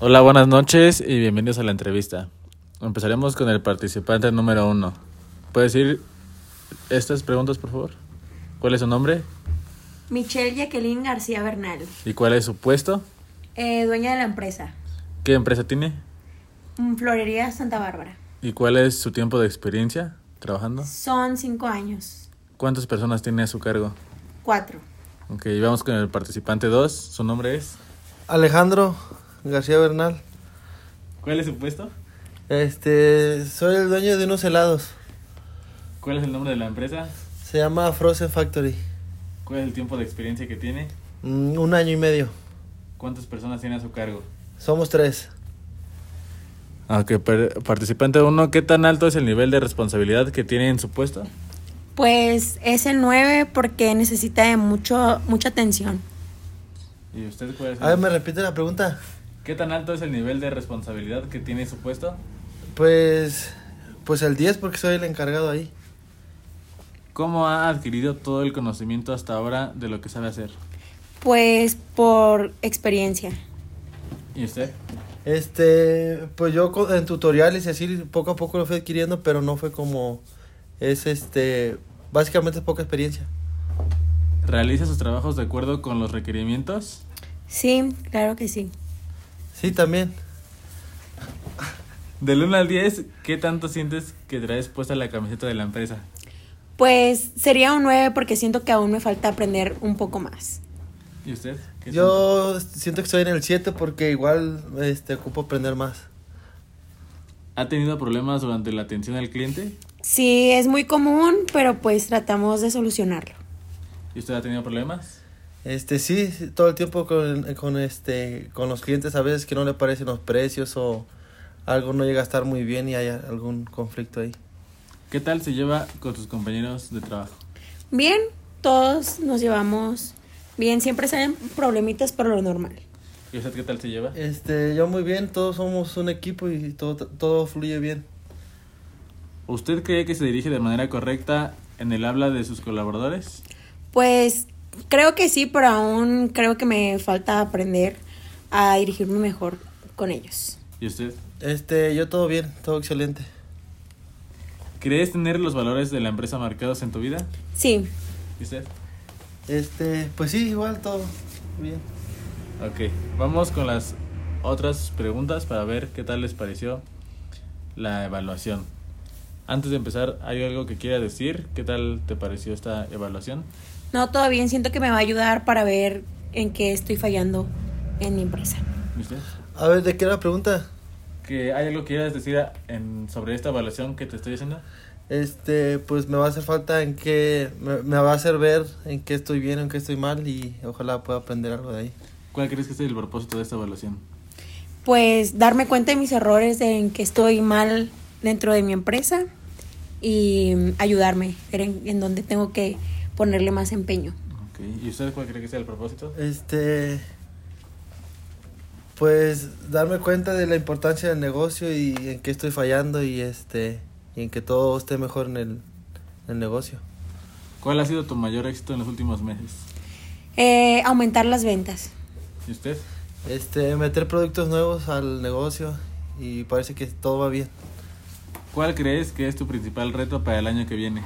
Hola, buenas noches y bienvenidos a la entrevista. Empezaremos con el participante número uno. ¿Puedes decir estas preguntas, por favor? ¿Cuál es su nombre Michelle Jacqueline García Bernal, y cuál es su puesto? eh, dueña de la empresa. ¿Qué empresa tiene? Mm, Florería Santa Bárbara. ¿Y cuál es su tiempo de experiencia trabajando? Son cinco años. ¿Cuántas personas tiene a su cargo? Cuatro. Ok, vamos con el participante dos. ¿Su nombre es? Alejandro García Bernal. ¿Cuál es su puesto? Este, soy el dueño de unos helados. ¿Cuál es el nombre de la empresa? Se llama Frozen Factory. ¿Cuál es el tiempo de experiencia que tiene? Mm, un año y medio. ¿Cuántas personas tiene a su cargo? Somos tres. Ok, per- participante uno, ¿qué tan alto es el nivel de responsabilidad que tiene en su puesto? Pues es el nueve porque necesita de mucho, mucha atención. ¿Y usted cuál es? A ver, el- ¿me repite la pregunta? ¿Qué tan alto es el nivel de responsabilidad que tiene su puesto? Pues, pues el 10 porque soy el encargado ahí. ¿Cómo ha adquirido todo el conocimiento hasta ahora de lo que sabe hacer? Pues por experiencia. ¿Y usted? Este, pues yo co- en tutoriales y así poco a poco lo fui adquiriendo, pero no fue como es este, básicamente es poca experiencia. ¿Realiza sus trabajos de acuerdo con los requerimientos? Sí, claro que sí. Sí, también. Del 1 al 10, ¿qué tanto sientes que traes puesta la camiseta de la empresa? Pues sería un nueve porque siento que aún me falta aprender un poco más. ¿Y usted? ¿Qué Yo siento que estoy en el 7 porque igual este ocupo aprender más. siente? ¿Ha tenido problemas durante la atención al cliente? Sí, es muy común, pero pues tratamos de solucionarlo. ¿Y usted ha tenido problemas? Este sí, sí, todo el tiempo con, con, este con los clientes a veces que no le parecen los precios o algo no llega a estar muy bien y hay algún conflicto ahí. ¿Qué tal se lleva con sus compañeros de trabajo? Bien, todos nos llevamos bien, siempre salen problemitas, pero lo normal. ¿Y usted qué tal se lleva? Este, yo muy bien, todos somos un equipo y todo todo fluye bien. ¿Usted cree que se dirige de manera correcta en el habla de sus colaboradores? Pues creo que sí, pero aún creo que me falta aprender a dirigirme mejor con ellos. ¿Y usted? Este, yo todo bien, todo excelente. ¿Crees tener los valores de la empresa marcados en tu vida? Sí, ¿Y usted? Este, pues sí, igual todo bien. Ok, vamos con las otras preguntas para ver qué tal les pareció la evaluación. Antes de empezar, ¿hay algo que quiera decir? ¿Qué tal te pareció esta evaluación? no, todo bien, siento que me va a ayudar para ver en qué estoy fallando en mi empresa. ¿Y usted? A ver, ¿de qué era la pregunta? ¿Que ¿Hay algo que quieras decir a- en- sobre esta evaluación que te estoy haciendo? Este, pues me va a hacer falta en qué me, me va a hacer ver en qué estoy bien, en qué estoy mal y ojalá pueda aprender algo de ahí. ¿Cuál crees que es el propósito de esta evaluación? Pues darme cuenta de mis errores, de en qué estoy mal dentro de mi empresa y mm, ayudarme, ver en, en dónde tengo que ponerle más empeño. Ok, ¿Y usted cuál cree que sea el propósito? Este. Pues darme cuenta de la importancia del negocio y en qué estoy fallando y este. Y en que todo esté mejor en el, en el negocio. ¿Cuál ha sido tu mayor éxito en los últimos meses? Eh, aumentar las ventas. ¿Y usted? Este, meter productos nuevos al negocio y parece que todo va bien. ¿Cuál crees que es tu principal reto para el año que viene?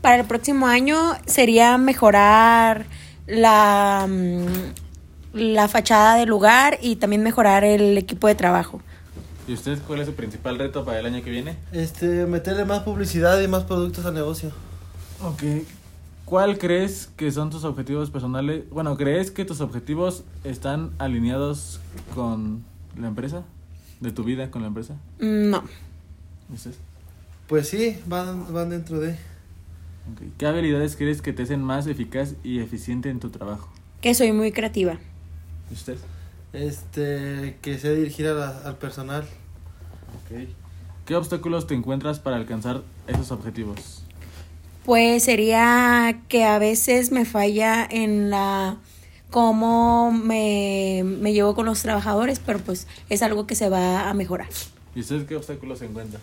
Para el próximo año sería mejorar la, mm, la fachada del lugar y también mejorar el equipo de trabajo. ¿Y usted cuál es su principal reto para el año que viene? Este, meterle más publicidad y más productos al negocio. Ok. ¿Cuál crees que son tus objetivos personales? Bueno, ¿crees que tus objetivos están alineados con la empresa? ¿De tu vida con la empresa? Mm, No. ¿Y usted? Pues sí, van, van dentro de. Ok. ¿Qué habilidades crees que te hacen más eficaz y eficiente en tu trabajo? Que soy muy creativa. ¿Y usted? Este, que sé dirigir a la- al personal. Ok. ¿Qué obstáculos te encuentras para alcanzar esos objetivos? Pues sería que a veces me falla en la cómo me, me llevo con los trabajadores, pero pues es algo que se va a mejorar. ¿Y usted qué obstáculos se encuentra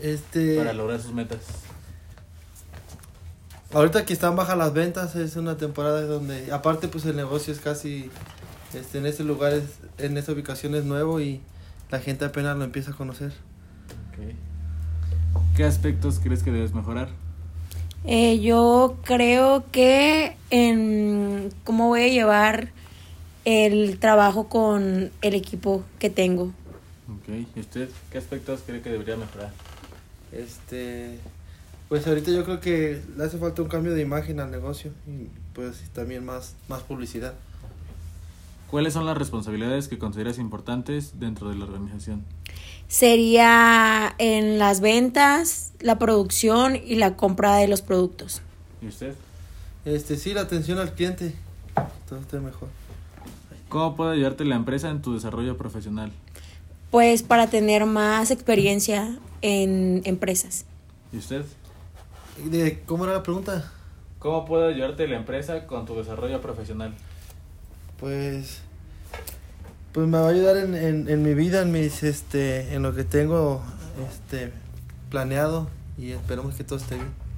Este. para lograr sus metas? Ahorita que están bajas las ventas es una temporada donde, aparte pues el negocio es casi Este, en ese lugar, es, en esa ubicación es nuevo y la gente apenas lo empieza a conocer. Ok. ¿Qué aspectos crees que debes mejorar? Eh, yo creo que en cómo voy a llevar el trabajo con el equipo que tengo. Ok. ¿Y usted qué aspectos cree que debería mejorar? Este, pues ahorita yo creo que le hace falta un cambio de imagen al negocio y pues también más, más publicidad. ¿Cuáles son las responsabilidades que consideras importantes dentro de la organización? Sería en las ventas, la producción y la compra de los productos. ¿Y usted? Este, sí, la atención al cliente, todo está mejor. ¿Cómo puede ayudarte la empresa en tu desarrollo profesional? Pues para tener más experiencia en empresas. ¿Y usted? ¿Y de cómo era la pregunta? ¿Cómo puede ayudarte la empresa con tu desarrollo profesional? Pues, pues me va a ayudar en, en, en mi vida, en mis, este, en lo que tengo, este, planeado y esperemos que todo esté bien.